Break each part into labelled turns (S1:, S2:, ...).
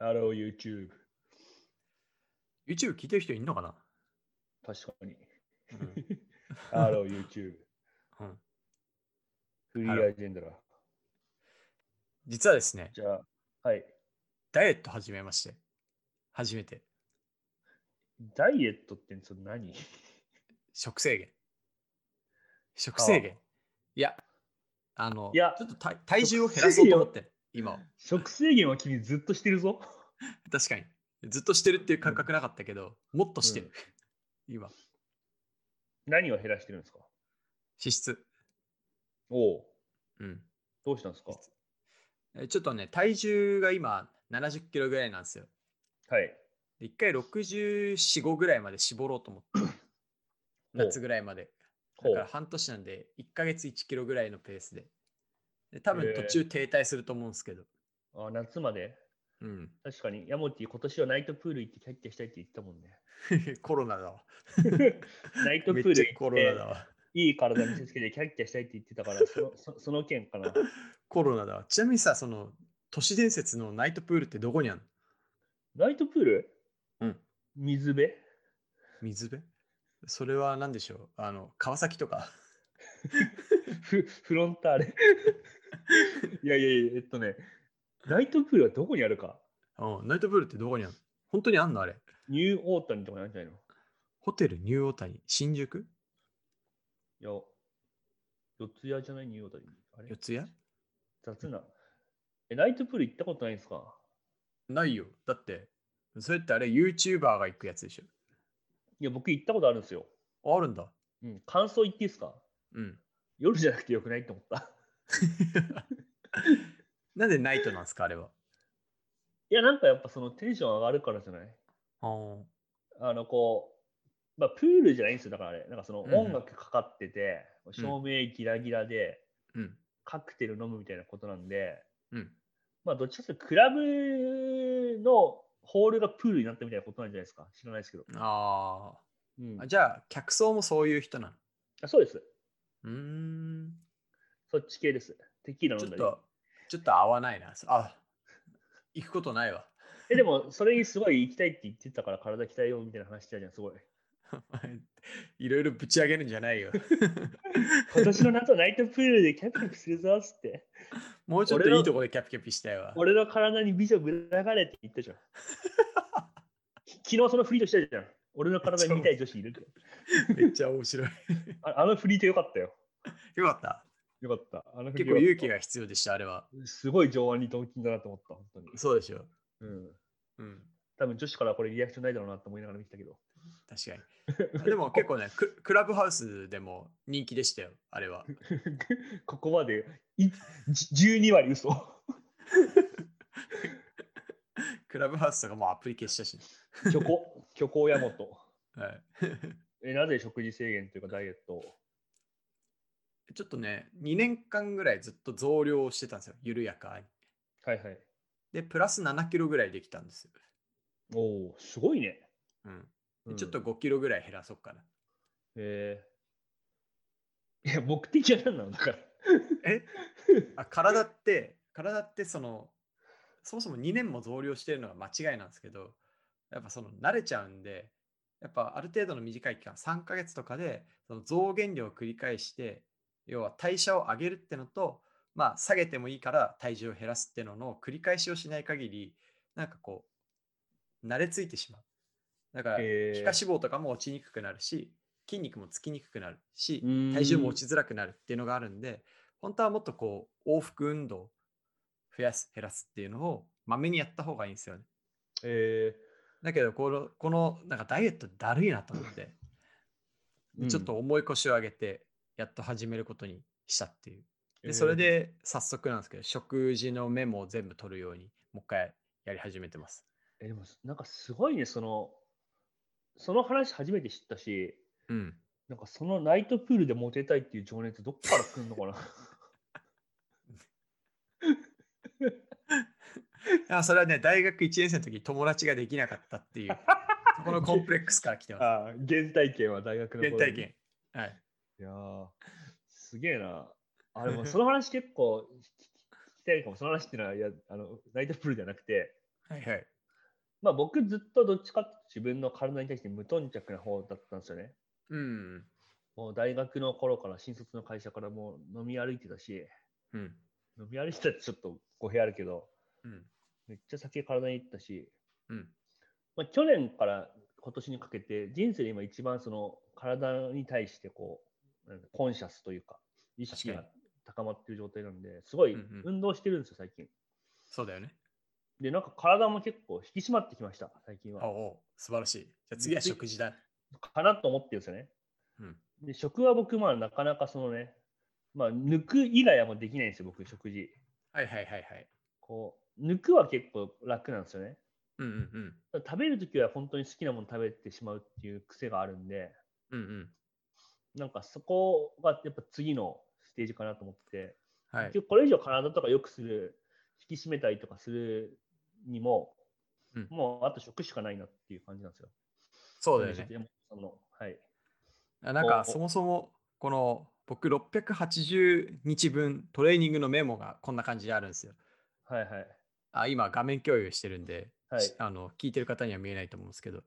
S1: Hello, YouTube。
S2: YouTube 聞いてる人いるのかな
S1: 確か に。
S2: うん。
S1: Hello, YouTube。
S2: うん
S1: フリーアジェンダだ。
S2: 実はですね、
S1: じゃあ、はい。
S2: ダイエット始めまして。初めて。
S1: ダイエットってそれ何
S2: 食制限。食制
S1: あ
S2: 限。いや、あの、
S1: いや
S2: ちょっと体体重を減らそうと思ってん、今は。
S1: 食制限は君ずっとしてるぞ。
S2: 確かに。ずっとしてるっていう感覚なかったけど、もっとしてる。今、
S1: 何を減らしてるんですか
S2: 脂質。
S1: おお、
S2: うん。
S1: どうしたんですか
S2: えちょっとね、体重が今70キロぐらいなんですよ。
S1: はい。
S2: で一回64、5ぐらいまで絞ろうと 思って、夏ぐらいまで。
S1: ほ
S2: だ
S1: う
S2: から半年なんで、1ヶ月1キロぐらいのペースで。で多
S1: へ
S2: 分
S1: え
S2: 途中停滞すると思うんですけど。
S1: あ夏まで
S2: うん。
S1: 確かに、ヤモティ今年はナイトプール行ってキャッキャしたいって言ってたもん ね。
S2: コロナだわ。
S1: ナイトプ
S2: め
S1: ー
S2: っち
S1: ル
S2: ゃ
S1: 行っ
S2: コロナ
S1: て
S2: だわ。
S1: いい体見せつけてキャッキャしたいって言ってたから、そのそその件か な。
S2: コロナだわ。ちなみにさ、その、都市伝説のナイトプールってどこにあるの
S1: ナイトプール
S2: うん。
S1: 水辺
S2: 水辺それは何でしょうあの、川崎とか。
S1: フ フロンターレ。いやいやいや、えっとね、ナイトプールはどこにあるか。
S2: うん、ナイトプールってどこにあるの本当にあんのあれ。
S1: ニューオータニとかなんじゃない
S2: ホテルニューオータニ、新宿
S1: のいや、四ツ谷じゃないニューオータニ。あれ
S2: 四ツ谷
S1: 雑な。え、ナイトプール行ったことないんですか
S2: ないよ。だって、それってあれ YouTuber が行くやつでし
S1: いや、僕行ったことあるんですよ。
S2: ょ。ああるんだ。
S1: うん、感想言っていいですか
S2: うん。
S1: 夜じゃなくてよくないと思った。
S2: なんでナイトなんですかあれは。
S1: いや、なんかやっぱそのテンション上がるからじゃない
S2: あー
S1: あの、こう、まあ、プールじゃないんですよ、だからあれ。なんかその
S2: うんうん
S1: 音楽かかってて、照明ギラギラで、
S2: うん。
S1: カクテル飲むみたいなことなんで、
S2: うん。
S1: まあ、どっちかというと、クラブのホールがプールになったみたいなことなんじゃないですか。知らないですけど。
S2: あ
S1: うん
S2: あ。じゃあ、客層もそういう人なの。
S1: あそうです。
S2: うーん。
S1: そっち系です。テキーラ
S2: ち
S1: 飲
S2: ょ
S1: ん
S2: っ
S1: だり。
S2: と、ちょっと合わないな。あ、行くことないわ。
S1: え、でも、それにすごい行きたいって言ってたから、体鍛えようみたいな話したじゃん、すごい。
S2: いろいろぶち上げるんじゃな いよ。
S1: 今年の夏はナイトプールでキャピキャピするぞっつ って。
S2: もうちょっと
S1: 俺の
S2: いいとこでキャピキャピしたいわ。
S1: 俺の体に美女ぶらがれって言った じゃん。き昨日そのフリートしたじゃん。俺の体に見たい女子いるって。
S2: めっちゃ面白い。
S1: ああのフリートよかったよ。
S2: よかった。
S1: よかった。あのフリー
S2: 結
S1: ト
S2: 構
S1: よ
S2: 勇
S1: か
S2: 気
S1: った
S2: が必要でした、あれは。
S1: すごい上腕に動機だなと思った、本当に。
S2: そうでしょ。
S1: うん。
S2: うん。
S1: 多分女子からこれリアクションないだろうなと思いながら見てたけど。
S2: 確かに。でも結構ねク、クラブハウスでも人気でしたよ、あ れは。
S1: ここまでいじ12割 嘘。
S2: クラブハウスとかもうアプリ消したし、
S1: 虚構、虚構山本。
S2: はい。
S1: え、なぜ食事制限というかダイエットを
S2: ちょっとね、2年間ぐらいずっと増量をしてたんですよ、緩やかに。
S1: はいはい。
S2: で、プラス7キロぐらいできたんですよ。
S1: おお、すごいね。
S2: うん。
S1: うん
S2: でちょっと5キロぐらい減らそうかな。
S1: えーいや、目的は何なのだから。
S2: えあ体って、体ってその、そもそも2年も増量してるのが間違いなんですけど、やっぱその慣れちゃうんで、やっぱある程度の短い期間、3ヶ月とかでその増減量を繰り返して、要は代謝を上げるってのと、まあ下げてもいいから体重を減らすってのの繰り返しをしない限り、なんかこう、慣れついてしまう。だから、
S1: へー
S2: 皮下脂肪とかも落ちにくくなるし、筋肉もつきにくくなるし
S1: うーん、
S2: 体重も落ちづらくなるっていうのがあるんで、本当はもっとこう、往復運動を増やす、減らすっていうのをまめにやった方がいいんですよね。
S1: え
S2: だけどこの、このなんかダイエットだるいなと思って、
S1: うん
S2: ちょっと重い腰を上げて、やっと始めることにしたっていう。
S1: ー
S2: で、それ、で早速なんですけど、食事のメモを全部取るように、もう一回やり始めてます。
S1: えーでも、なんかすごいね、その、その話初めて知ったし、
S2: うん。
S1: なんかそのナイトプールでモテたいっていう情熱どっから来るのかな
S2: あそれはね、大学1年生の時に友達ができなかったっ ていう、そこのコンプレックスから来てま
S1: ああ、原体験は大学
S2: す。
S1: の頃
S2: 原
S1: に
S2: 体験。はい。
S1: いやー、すげえな。あれもその話結構聞き聞きたいかも。その話っていうのは、いやあのナイトプールじゃなくて、
S2: はいはい。
S1: まあ僕ずっとどっちかっていうと自分の体に対して無頓着な方だったんですよね。
S2: うん。
S1: もう大学の頃から新卒の会社からもう飲み歩いてたし、
S2: うん。
S1: 飲み歩いてたってちょっと語弊あるけど、
S2: うん。
S1: めっちゃ酒体にいったし、
S2: うん。
S1: まあ、去年から今年にかけて人生で今一番その体に対してこうなんだコンシャスというか意識が
S2: 確
S1: 高まってる状態なんですごい
S2: うんうん
S1: 運動してるんですよ最近
S2: そうだよね。
S1: でなんか体も結構引き締まってきました最近
S2: おう
S1: は
S2: おう素晴らしい。じゃあ次は食事だ。
S1: かなと思ってるんですよね
S2: うん。
S1: で食は僕まあなかなかそのねまあ抜く以外はもうできないんですよ僕食事
S2: はいはいはいはい。
S1: こう抜くは結構楽なんですよね
S2: うんうんうん。
S1: 食べるときは本当に好きなもの食べてしまうっていう癖があるんで、
S2: うんうん。
S1: なんかそこがやっぱ次のステージかなと思って、
S2: はい
S1: 結。局これ以上体とか良くする、引き締めたりとかするにも、
S2: うん
S1: もうあと食しかないなっていう感じなんですよ。
S2: そうだよね。
S1: 山本さんのはい。
S2: あなん
S1: お
S2: か
S1: お
S2: そもそもこの僕680日分トレーニングのメモがこんな感じであるんですよ。
S1: はいはい。
S2: あ今画面共有してるんで、
S1: はい
S2: しあの聞いてる方には見えないと思うんですけど。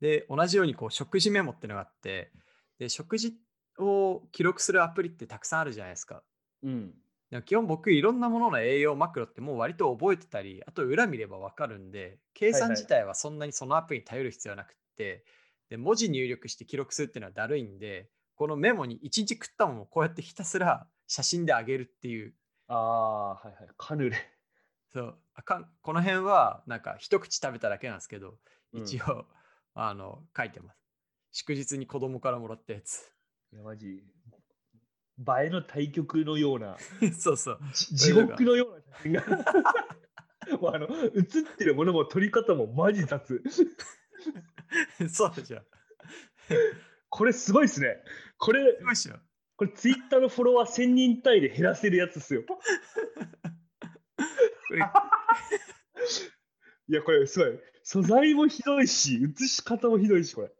S2: で、同じようにこう食事メモってのがあって、で食事を記録するアプリってたくさんあるじゃないですか。
S1: うん。
S2: でも基本僕いろんなものの栄養マクロってもう割と覚えてたりあと裏見れば分かるんで
S1: は
S2: 計
S1: い
S2: 算
S1: はい
S2: 自体はそんなにそのアプリに頼る必要はなくって、で文字入力して記録するっていうのはだるいんでこのメモに1日食ったものをこうやってひたすら写真であげるっていう
S1: ああ、はいはい。カヌレ。
S2: そうあかんこの辺はなんか一口食べただけなんですけど
S1: うん
S2: 一応、 あの書いてます祝日に子供からもらったやつ
S1: いや、マジ。映えの対局のよう な、
S2: そうそう
S1: じ
S2: そ
S1: 地
S2: ういうのが
S1: 獄のような写真が。 もうあの映ってるものも撮り方もマジ雑。
S2: そう じゃん
S1: これすごいですね。これ
S2: どうしよう
S1: これツイッターのフォロワー1000人単位で減らせるやつっすよ。
S2: これ
S1: いや、これすごい。素材もひどいし、写し方もひどいし、これ。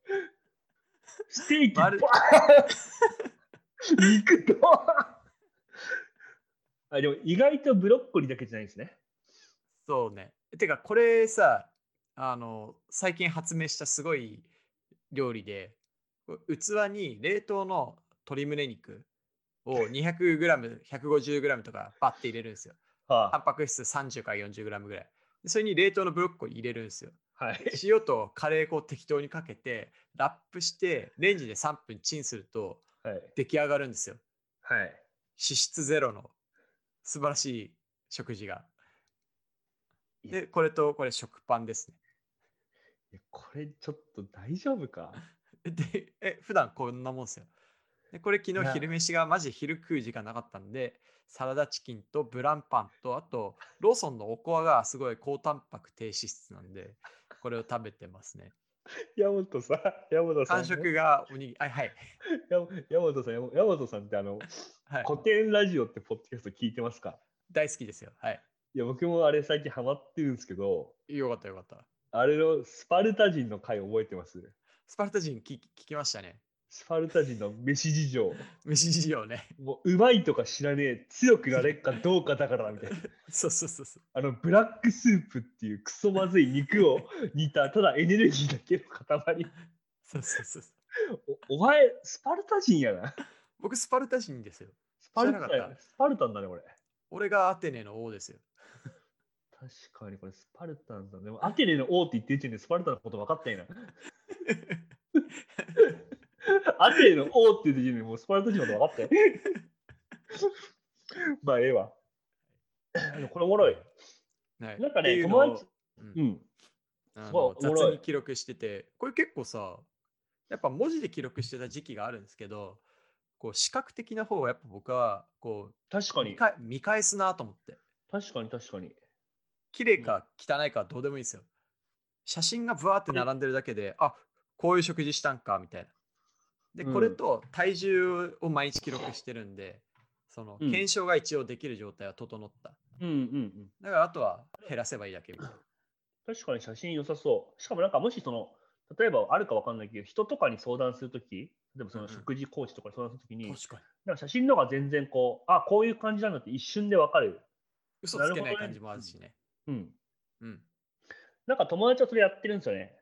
S1: ステーキ、バー
S2: 丸
S1: ン 肉と。あ、でも意外とブロッコリーだけじゃないんですね。
S2: そうね。てか、これさ、あの、最近発明したすごい料理で、こう器に冷凍の鶏胸肉を 200g、150g とかバッて入れるんですよ。タン
S1: は
S2: パク質30から 40g ぐらい。でそれに冷凍のブロッコリー入れるんですよ。
S1: あ、はい。
S2: 塩とカレー粉を適当にかけて、ラップして、レンジで3分チンすると
S1: はい。
S2: 出来上がるんですよ。
S1: はい。
S2: 脂質ゼロの素晴らしい食事が。で、これとこれ食パンですね。
S1: いやこれちょっと大丈夫か
S2: で、え、普段こんなもんですよ。で、これ昨
S1: い
S2: 日
S1: や
S2: 昼飯がマジ昼食う時間なかったんで、サラダチキンとブランパンと、あと、ローソンのおこわがすごい高タンパク低脂質なんで、これを食べてます ね。
S1: 山本さん、山本さん。
S2: 完食がおにぎり、はいはい。
S1: 山山本さん、山山本さんってあの、
S2: はい、
S1: 古典ラジオってポッドキャスト聞いてますか
S2: 大好きですよ。はい。
S1: いや、僕もあれ最近ハマってるんですけど、
S2: よかったよかった。
S1: あれのスパルタ人の回覚えてます
S2: スパルタ人聞き聞きましたね。
S1: スパルタ人の飯事情。
S2: 飯事情ね。
S1: もううまいとか知らねえ、強くなれっかどうかだからみたいな。
S2: そうそうそうそう。
S1: あの、ブラックスープっていうクソまずい肉 を煮た、ただエネルギーだけの塊。
S2: そうそうそうそう
S1: おお前、スパルタ人やな。
S2: 僕、スパルタ人ですよ。
S1: スパル
S2: 知らな
S1: タ
S2: かった
S1: スパルタンだね、これ。
S2: 俺がアテネの王ですよ。
S1: 確かにこれスパルタンだね。でもアテネの王って言ってる時点でスパルタのこと分かったんやな。アテネの王って言ってる時点でもうスパルタ人のこと分かったよ。まあ、ええわ。でもこれおもろい。
S2: はい
S1: なんか
S2: って
S1: ね、
S2: いうのを
S1: 友達、
S2: うん
S1: うん。
S2: あ
S1: す
S2: の
S1: ごい
S2: 雑
S1: おもろい
S2: に記録しててこれ結構さやっぱ文字で記録してた時期があるんですけどこう視覚的な方はやっぱ僕はこ
S1: 確
S2: う
S1: か
S2: 見
S1: に。
S2: か見返すなと思って
S1: 確かに確かに。
S2: 綺麗か汚いかはどうでもいいんですよ写真がブワーって並んでるだけであこういう食事したんかみたいなで
S1: うん
S2: これと体重を毎日記録してるんでその
S1: うん
S2: 検証が一応できる状態は整った
S1: うんうんうん。
S2: だからあとは減らせばいいだけみたいな
S1: 確かに写真良さそう。しかもなんかもしその、例えばあるか分かんないけど、人とかに相談するとき、例えばそ
S2: うん
S1: の
S2: うん
S1: 食事コーチとかに相談するときに、
S2: かに
S1: なんか写真の方が全然こう、あ、こういう感じなんだって一瞬で分かる。
S2: 嘘
S1: な
S2: つ
S1: る
S2: け
S1: ほど
S2: な
S1: ね
S2: い感じもあるしね
S1: うん。
S2: うん
S1: なんか友達はそれやってるんですよね。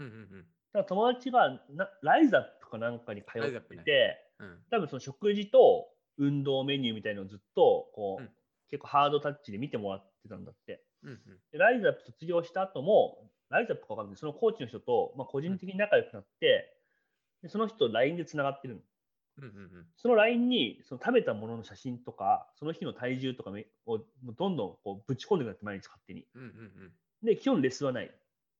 S2: うんうん
S1: だから友達がなライザップかなんかに通
S2: ライザッ
S1: っ
S2: プ
S1: て
S2: ね
S1: て、
S2: うん。うん。
S1: 多分その食事と運動メニューみたいのをずっとこう、
S2: うん
S1: 結構ハードタッチで見てもらってたんだって。
S2: うんうん。
S1: でライザップ卒業した後も、ライザップかわかんない、そのコーチの人と、まあ、個人的に仲良くなって、でその人と LINE でつながってるの。
S2: うんうんうん。
S1: その LINE にその食べたものの写真とか、その日の体重とかめをもうどんどんこうぶち込んでくなって、毎日勝手に。
S2: うんうんうん。
S1: で、基本レスはない。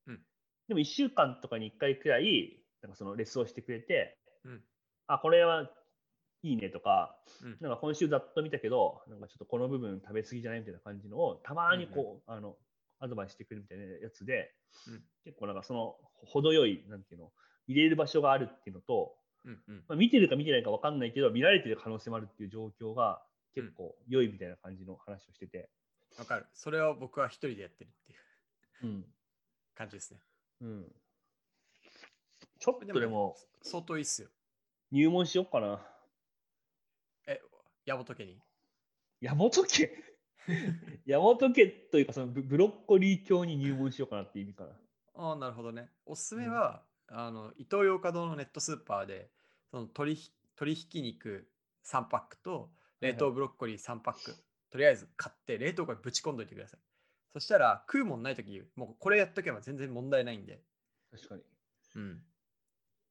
S2: うん
S1: でも1週間とかに1回くらい、なんかそのレスをしてくれて、
S2: うん
S1: あ、これはいいねとか、
S2: うん
S1: なんか今週ざっと見たけど、なんかちょっとこの部分食べ過ぎじゃないみたいな感じのを、たまにこう、あの、アドバイスしてくれるみたいなやつで、
S2: うん
S1: 結構なんかその、程よい、なんていうの、入れる場所があるっていうのと、
S2: うんうん。
S1: まあ、見てるか見てないか分かんないけど、見られてる可能性もあるっていう状況が結構良いみたいな感じの話をしてて、
S2: わかる。それを僕は一人でやってるって
S1: う
S2: いう
S1: ん。
S2: 感じですね。
S1: うん。ちょっとでも、
S2: 相当いいっすよ。
S1: 入門しよっかな。
S2: え、山本家に。
S1: 山本 家山本家というか、そのブブロッコリー教に入門しようかなっていう意味かな。
S2: ああ、なるほどね。おすすめは、あの、イトーヨーカドーのネットスーパーで、その鶏ひ鶏ひき肉3パックと、
S1: はい
S2: 冷凍ブロッコリー3パック、とりあえず買って、冷凍庫にぶち込んどいてください。そしたら、食うもんないとき、もうこれやっとけば全然問題ないんで。
S1: 確かに。
S2: うん。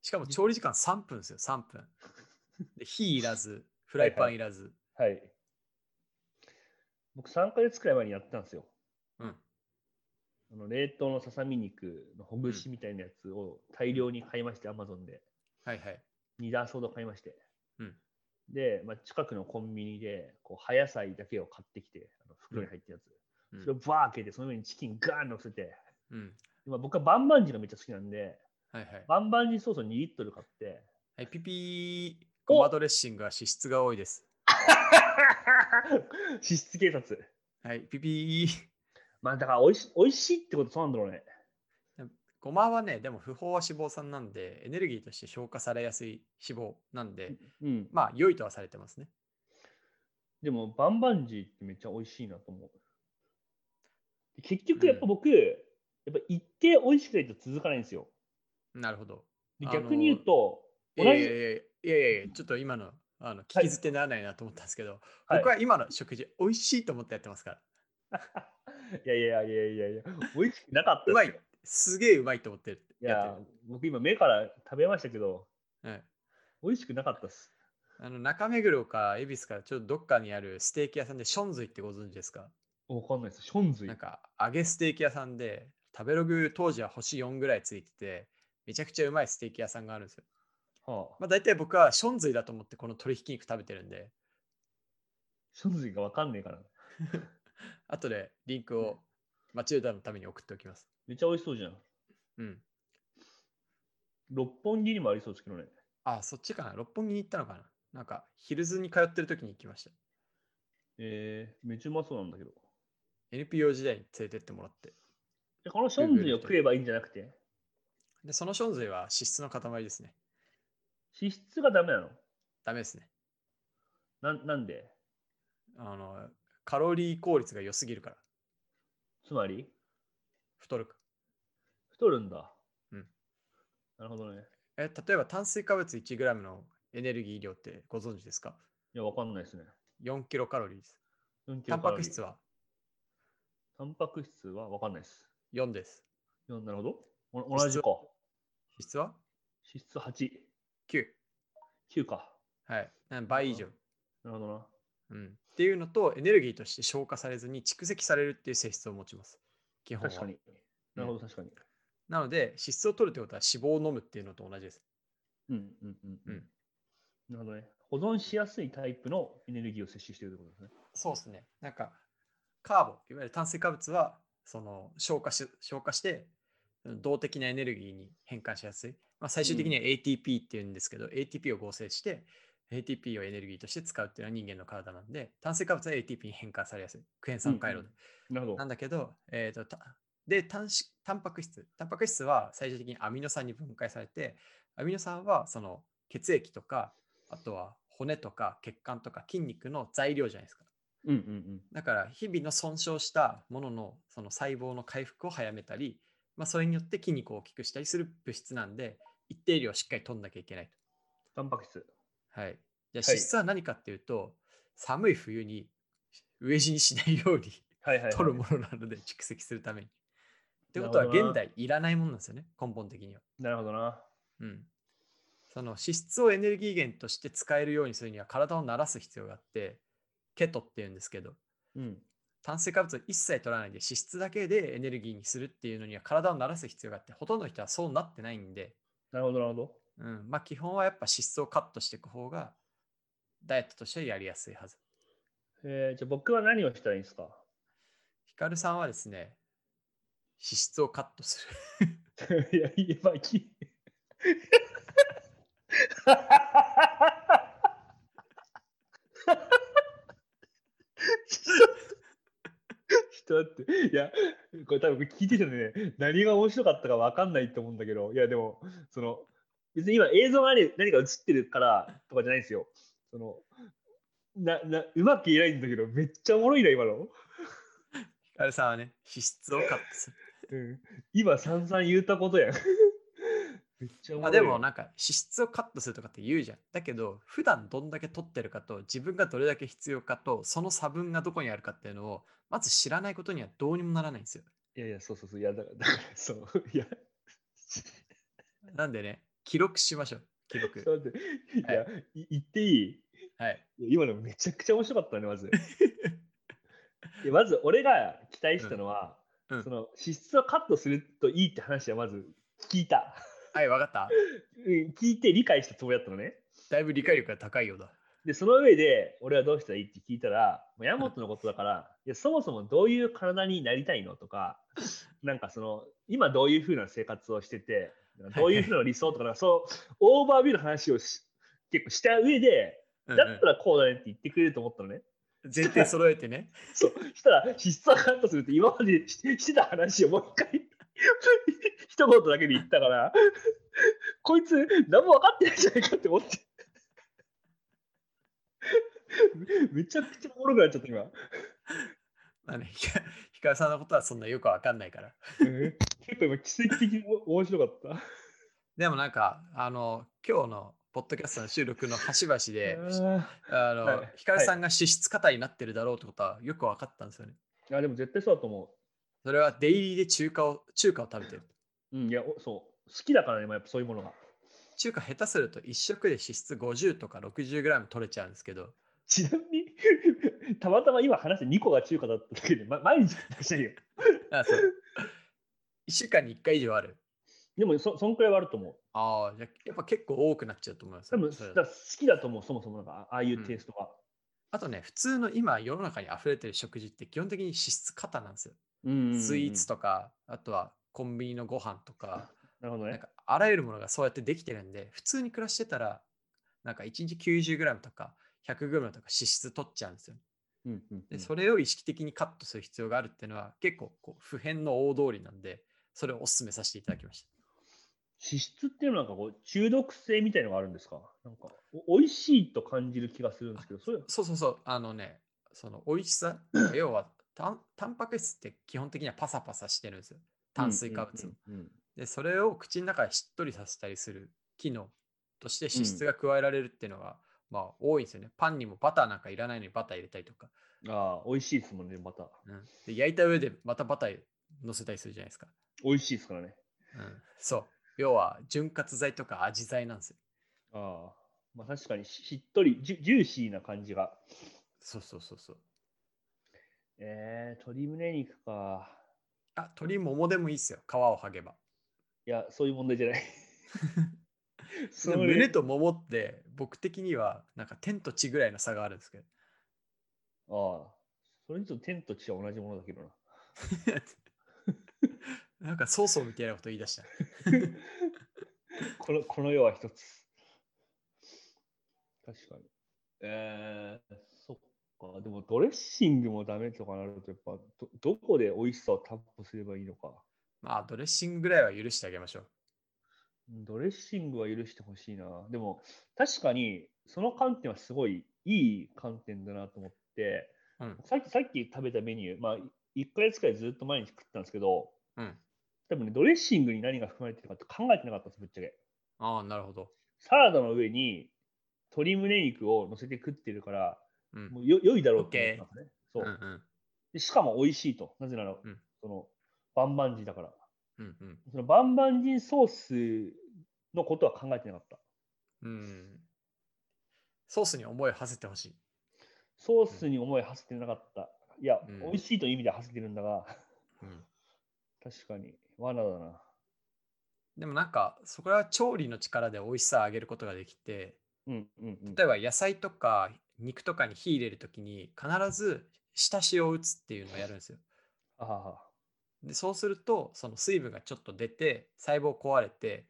S2: しかも調理時間3分ですよ、3分。 で火いらず、フライパンいらず。
S1: はい。僕、3ヶ月くらい前にやったんですよ。
S2: うん。
S1: あの冷凍のささみ肉のほぐしみたいなやつを大量に買いまして、アマゾンで。
S2: はいはい。
S1: 2ダースほど買いまして。
S2: うん
S1: で、まあ、近くのコンビニで、こう、葉野菜だけを買ってきて、あの袋に入ったやつ。
S2: うん
S1: それをバー開けて、その上にチキンガーン乗せて、
S2: うん。
S1: でまあ、僕はバンバンジーがめっちゃ好きなんで、
S2: はいはい。
S1: バンバンジーソースを2リットル買っ て、
S2: はい、ピピー、
S1: お
S2: ごまドレッシングは脂質が多いです。
S1: 脂質警察。
S2: はい、ピピー。
S1: まあ、だから美味し、美味しいってことそうなんだろうね。
S2: ごまはね、でも不飽和脂肪酸なんで、エネルギーとして消化されやすい脂肪なんで、
S1: うん。
S2: まあ、良いとはされてますね。
S1: でも、バンバンジーってめっちゃ美味しいなと思う。結局、
S2: うん
S1: やっぱ僕、やっぱ一定美味しくないと続かないんですよ。
S2: なるほど。
S1: で
S2: あのー
S1: 逆に言うと、
S2: い
S1: 同
S2: や
S1: じ
S2: いやいやいやいやいやちょっと今の、あの、聞き捨てならないなと思ったんですけど、
S1: はい
S2: 僕は今の食事、美味しいと思ってやってますから、
S1: いやいやいやいやいや、美味しくなかった
S2: うまい
S1: ですよ。
S2: すげえうまいと思ってる。
S1: いや、僕今目から食べましたけど、
S2: ってる。はい
S1: 美味しくなかったっす。
S2: あの中目黒か恵比寿かちょっとどっかにあるステーキ屋さんでションズイってご存知ですか
S1: わかんないです。ションズイ
S2: なん。か揚げステーキ屋さんで食べログ当時は星4ぐらいついててめちゃくちゃうまいステーキ屋さんがあるんですよ。
S1: はあ、
S2: まあ大体僕はションズイだと思ってこの鶏ひき肉食べてるんで
S1: ションズイがわかんねえから。
S2: 後でリンクをマチルダのために送っておきます。
S1: めっちゃ美味しそうじゃん。
S2: うん。
S1: 六本木にもありそうですけどね。
S2: あそっちかな六本木に行ったのかななんかヒルズに通ってる時に行きました。
S1: えー、めっちゃうまそうなんだけど。
S2: NPO 時代に連れてってもらって。
S1: でこのションズイを食えばいいんじゃなくて、
S2: でそのションズイは脂質の塊ですね。
S1: 脂質がダメなの
S2: ダメですね。
S1: なんなんで
S2: あのカロリー効率が良すぎるから
S1: つまり
S2: 太るか。
S1: 太るんだ。
S2: うん。
S1: なるほどね。
S2: え例えば炭水化物 1g のエネルギー量ってご存知ですか
S1: いや、わかんないですね。
S2: 4キロカロリーです。
S1: 4キ
S2: タ
S1: ロ
S2: ン
S1: カ
S2: パ
S1: ロ
S2: ク
S1: リー
S2: 質は
S1: タンパク質はわかんないです。
S2: 4です。
S1: よなるほど。お同じか。
S2: 脂質は
S1: 脂質8。
S2: 9。
S1: 9か。
S2: はい。なん倍以上、
S1: なるほどな。
S2: うん。っていうのと、エネルギーとして消化されずに蓄積されるっていう性質を持ちます。基本
S1: 確か
S2: は。
S1: に。なるほど、確かに。
S2: なので、脂質を取るってことは脂肪を飲むっていうのと同じです。
S1: うんうんうんう
S2: うんん。
S1: なるほどね。保存しやすいタイプのエネルギーを摂取しているということですね。
S2: そうですね。なんか、カーボ、いわゆる炭水化物は、その消化し、消化して、動的なエネルギーに変換しやすい。まあ、最終的には ATP っていうんですけど、ATP を合成して、ATP をエネルギーとして使うっていうのは人間の体なんで、炭水化物は ATP に変換されやすい。クエン酸回路で。
S1: なるほど
S2: なん。だけど、えーとたで単し、タンパク質。タンパク質は最終的にアミノ酸に分解されて、アミノ酸はその血液とか、あとは骨とか血管とか筋肉の材料じゃないですか。
S1: うんうんうん。
S2: だから日々の損傷したもののその細胞の回復を早めたりまあ、それによって筋肉を大きくしたりする物質なんで、一定量しっかり取んなきゃいけないと。
S1: タンパク質。
S2: はい。じゃあ脂質は何かっていうと、寒い冬に飢え死にしないように
S1: はいはい、はい。
S2: 取るものなので蓄積するため に。ってことは
S1: なるほどな
S2: 現代いらないものなんですよね、根本的には。
S1: なるほどな。
S2: うん。その脂質をエネルギー源として使えるようにするには体を慣らす必要があって、ケトっていうんですけど、
S1: うん。
S2: 炭水化物を一切取らないで脂質だけでエネルギーにするっていうのには体を慣らす必要があって、ほとんどの人はそうなってないんで、
S1: なるほど、なるほど。
S2: うん、まあ基本はやっぱ脂質をカットしていく方がダイエットとしてはやりやすいはず。
S1: えー、じゃあ僕は何をしたらいいんですか
S2: ヒカルさんはですね、脂質をカットする。
S1: いや、言えばいい。ちょっと待って、いや、これ多分聞いててね、何が面白かったか分かんないと思うんだけど、いや、でも、その、別に今映像があり何か映ってるからとかじゃないんですよ。その、な、な、うまく言えないんだけど、めっちゃおもろいな、今の。
S2: ヒカルさんはね、脂質をカットす
S1: う
S2: る。
S1: ん、今散々言ったことやん。 めっちゃおも
S2: まあ
S1: ろい。
S2: でもなんか脂質をカットするとかって言うじゃん。だけど、普段どんだけ取ってるかと、自分がどれだけ必要かと、その差分がどこにあるかっていうのを、まず知らないことにはどうにもならないんですよ。
S1: いやいや、そうそうそう。いや、だから、だからそう。いや、
S2: なんでね、記録しましょう。記録
S1: ち。ょっと待って。いや、い言っていい
S2: はい。
S1: いや今のめちゃくちゃ面白かったね、 まず。いやまず、俺が期待したのは、
S2: うんうん
S1: その脂質をカットするといいって話はまず聞いた。
S2: はい、わかった。
S1: うん聞いて理解したつもりだったのね。
S2: だいぶ理解力が高いようだ。
S1: で、その上で、俺はどうしたらいいって聞いたら、もうヤモトのことだから、いやそもそもどういう体になりたいのとか、なんかその、今どういうふうな生活をしてて、どういうふうな理想とか、なんかそう、オーバービューの話をし結構した上で、
S2: うん
S1: だ
S2: う
S1: っ
S2: ん
S1: たらこうだねって言ってくれると思ったのね。
S2: 前提揃えてね。
S1: そう、したら、必殺カットするって今までししてた話をもう一回、一言だけで言ったから、こいつ、何も分かってないんじゃないかって思って。めめちゃくちゃおもろくなっちゃった今。
S2: まあね、ひかひかるさんのことはそんなよくわかんないから。
S1: うん結構今奇跡的にお面白かった。
S2: でもなんか、あの、今日のポッドキャストの収録の端々で、
S1: あ
S2: あの、
S1: はい
S2: ひかるさんが脂質過多になってるだろうってことはよくわかったんですよね。
S1: ーでも絶対そうだと思
S2: それはデイリーで中華を、中華を食べてる。
S1: う。うん、いや、おそう。好きだからね、まあやっぱそういうものが。
S2: 中華下手すると1食で脂質50とか 60g 取れちゃうんですけど、
S1: ちなみに、たまたま今話して2個が中華だっただけで、ま、毎日食ってないよ。
S2: あそう 1週間に1回以上ある。
S1: でもそ、そんくらいはあると思う。
S2: ああ、じゃあやっぱ結構多くなっちゃうと思います
S1: 多
S2: よ。
S1: 分
S2: そ
S1: だ
S2: れ
S1: から好きだと思う、そもそもなんかああいうテイストは。
S2: あとね、普通の今世の中に溢れてる食事って基本的に脂質過多なんですよ。スイーツ
S1: と
S2: とか、あとはコンビニのご飯とか、
S1: なるほど
S2: なん
S1: ね。
S2: かあらゆるものがそうやってできてるんで、普通に暮らしてたら、なんか1日 90g とか 100g とか脂質取っちゃうんですよ。
S1: うんうんう
S2: で、
S1: ん
S2: それを意識的にカットする必要があるっていうのは結構こう普遍の大通りなんで、それをお勧めさせていただきました。
S1: 脂質っていうのはなんかこう中毒性みたいのがあるんですかなんかお美味しいと感じる気がするんですけど、それ
S2: そうそうそう、あのね、その美味しさ、要はたんタンパク質って基本的にはパサパサしてるんですよ。炭水化物も。。
S1: うんうんうんうん
S2: で、それを口の中でしっとりさせたりする機能として脂質が加えられるっていうのが、まあ多いんですよね。パンにもバターなんかいらないのにバター入れたりとか。
S1: ああ、美味しいですもんね、また。
S2: うん、で焼いた上でまたバター乗せたりするじゃないですか。
S1: 美味しいですからね。
S2: うん、そう。要は潤滑剤とか味剤なんですよ。
S1: ああ。まあ確かにししっとりジュ、ジューシーな感じが。
S2: そうそうそうそう。
S1: えー、鶏胸肉か。
S2: あ、鶏ももでもいいですよ。皮を剥げば。
S1: いや、そういう問題じゃ ない。そ
S2: で
S1: れ
S2: 胸と桃って僕的にはなんか天と地ぐらいの差があるんですけど。
S1: ああ。それにちょっと天と地は同じものだけどな。
S2: なんかそうそうみたいなこと言い出した。
S1: このこの世は一つ。確かに。えー、そっか。でもドレッシングもダメとかなると、やっぱど、どこで美味しさを担保すればいいのか。
S2: まあドレッシングぐらいは許してあげましょう。
S1: ドレッシングは許してほしいな。でも、確かに、その観点はすごいいい観点だなと思って、
S2: うん。
S1: さっきさっき食べたメニュー、まあ、1ヶ月くらいずっと毎日食ってたんですけど、
S2: うん
S1: 多分ね、ドレッシングに何が含まれてるかって考えてなかったんです、ぶっちゃけ。
S2: ああ、なるほど。
S1: サラダの上に鶏胸肉を乗せて食ってるから、
S2: うん。
S1: もうよ良いだろうって思ったんですね。そううん
S2: うん
S1: でしかも美味しいと。なぜなら、
S2: うん
S1: そのバンバンジーだから。
S2: うんうん
S1: そのバンバンジーソースのことは考えてなかった。
S2: うん。ソースに思いを馳せてほしい。
S1: ソースに思いはせてなかった。いや、
S2: うん
S1: 美味しいという意味ではせてるんだが、
S2: うん、
S1: 確かに、罠だな。
S2: でもなんか、そこは調理の力で美味しさを上げることができて、
S1: うんうんうん。
S2: 例えば野菜とか肉とかに火入れるときに必ず下塩を打つっていうのをやるんですよ。
S1: あはは
S2: でそうするとその水分がちょっと出て細胞壊れて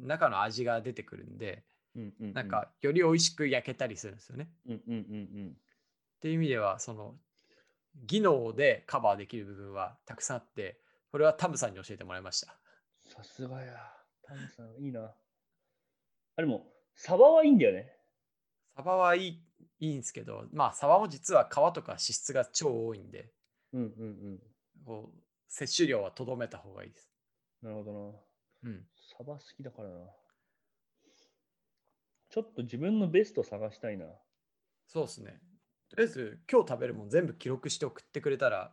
S2: 中の味が出てくるんで
S1: うんうんうん
S2: なん、かより美味しく焼けたりするんですよね。
S1: うんうんうん
S2: っていう意味ではその技能でカバーできる部分はたくさんあってこれはタムさんに教えてもらいました。
S1: うん。さすがや。タムさん、いいな。あ、でも、サバはいいんだよね。
S2: サバはいいいいんですけどまあサバも実は皮とか脂質が超多いんで
S1: うんうんうん。
S2: こう摂取量はとどめた方がいいです。
S1: なるほどな。
S2: うん、
S1: サバ好きだからな。ちょっと自分のベスト探したいな。
S2: そうですね。とりあえず今日食べるもん全部記録して送ってくれたら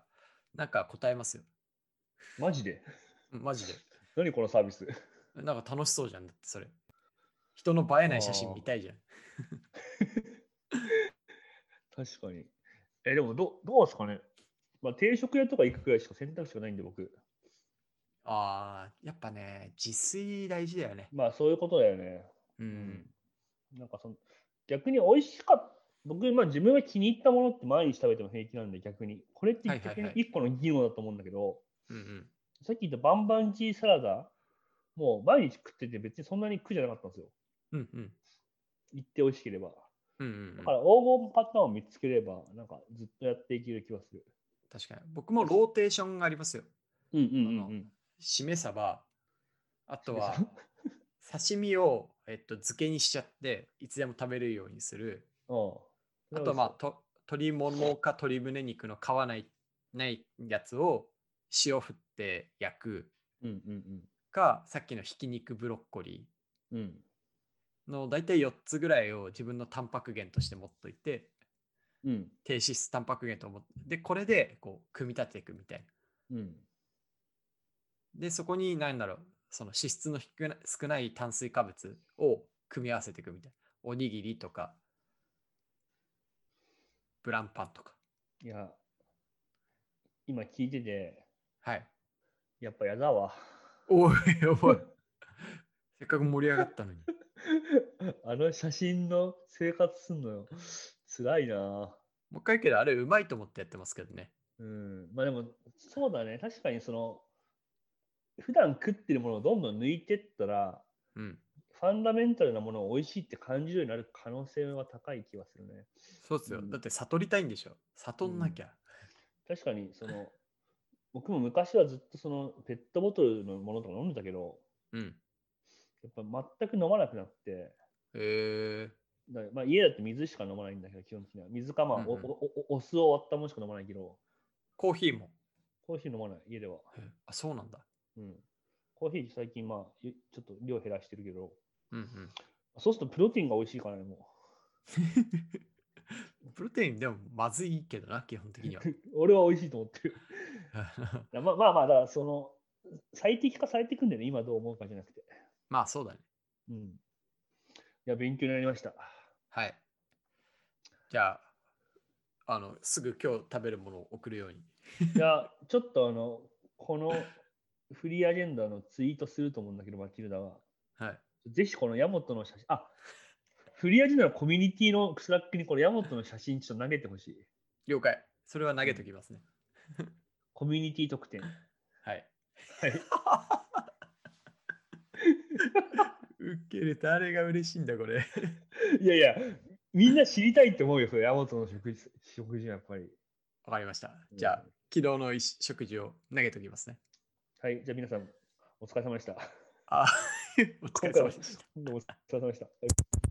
S2: なんか答えますよ。
S1: マジで
S2: うんマジで。
S1: 何このサービス
S2: なんか楽しそうじゃんだってそれ。人の映えない写真見たいじゃん。
S1: 確かに。え、でもど、どうですかねまあ、定食屋とか行くくらいしか選択肢がないんで、僕。
S2: ああー、やっぱね、自炊大事だよね。
S1: まあ、そういうことだよね。
S2: う。。
S1: うんなんかその、逆に美味しかった。僕、まあ、自分が気に入ったものって毎日食べても平気なんで、逆に。これって
S2: はいはいはい
S1: 逆に一個の技能だと思うんだけど、
S2: うんうん。
S1: さっき言ったバンバンジーサラダ、もう毎日食ってて別にそんなに苦じゃなかったんですよ。
S2: うんうん。
S1: 行って美味しければ。
S2: うんうんう
S1: だ
S2: ん、
S1: から黄金パターンを見つければ、なんかずっとやっていける気がする。
S2: 確かに。僕もローテーションがありますよ。
S1: うんうん
S2: うんうんしめ鯖、あとは
S1: しめ
S2: 刺身を、えっと、漬けにしちゃって、いつでも食べれるようにする。あとまあ、と鶏ももか鶏胸肉の皮ないないやつを塩振って焼く
S1: うんうん
S2: か、さっきのひき肉ブロッコリー。
S1: うん。うん。
S2: の大体4つぐらいを自分のタンパク源として持っといて
S1: うん。
S2: 低脂質タンパク源と思ってでこれでこう組み立てていくみたいな
S1: うん。
S2: でそこに何だろうその脂質の低な少ない炭水化物を組み合わせていくみたいなおにぎりとかブランパンとか
S1: いや、今聞いてて、
S2: はい
S1: やっぱやだわ。
S2: おいおい せっかく盛り上がったのに
S1: あの写真の生活すんのよ。辛いな
S2: もう一回言うけどあれうまいと思ってやってますけどね
S1: うん。まあでも、そうだね。確かにその、普段食ってるものをどんどん抜いてったら、
S2: うん
S1: ファンダメンタルなものを美味しいって感じるようになる可能性は高い気がするね。
S2: そうっすよ、
S1: うん
S2: だって悟りたいんでしょ悟んなきゃ、
S1: 確かに、その、僕も昔はずっとそのペットボトルのものとか飲んでたけど、
S2: うん
S1: やっぱ全く飲まなくなって、
S2: へえ
S1: だからまあ、家だって水しか飲まないんだけど、基本的には。水か、まあ、お
S2: うんうん
S1: おおお酢を割ったものしか飲まないけど、
S2: コーヒーも
S1: コーヒー飲まない、家では。
S2: へえあそうなんだ
S1: うん。コーヒー最近、まあ、ゆちょっと量減らしてるけど、
S2: うんうん
S1: そうするとプロテインが美味しいからね、も
S2: プロテインでもまずいけどな、基本的には
S1: う。。 俺は美味しいと思ってる。まあまあまあ、だからその、最適化されていくんだよね、今どう思うかじゃなくて。
S2: まあそうだね。
S1: うん。いや、勉強になりました。
S2: はい。じゃあ、あの、すぐ今日食べるものを送るように。
S1: いや、ちょっとあの、このフリーアジェンダのツイートすると思うんだけど、マキルダは。
S2: はい。
S1: ぜひこのヤモトの写真、あフリーアジェンダのコミュニティのスラックにこれヤモトの写真ちょっと投げてほしい。
S2: 了解。それは投げときますね。
S1: コミュニティ特典。
S2: はい。
S1: はい。
S2: 受け入れたあれが嬉しいんだ、これ。
S1: いやいや、みんな知りたいって思うよ、それヤモトの食事、食事はやっぱり。
S2: わかりました。じゃあ、
S1: うん
S2: 昨日の一食事を投げときますね。
S1: はい、じゃあ皆さん、お疲れ様でした。
S2: あ、お疲れ様でした。
S1: どうもお疲れ様でした。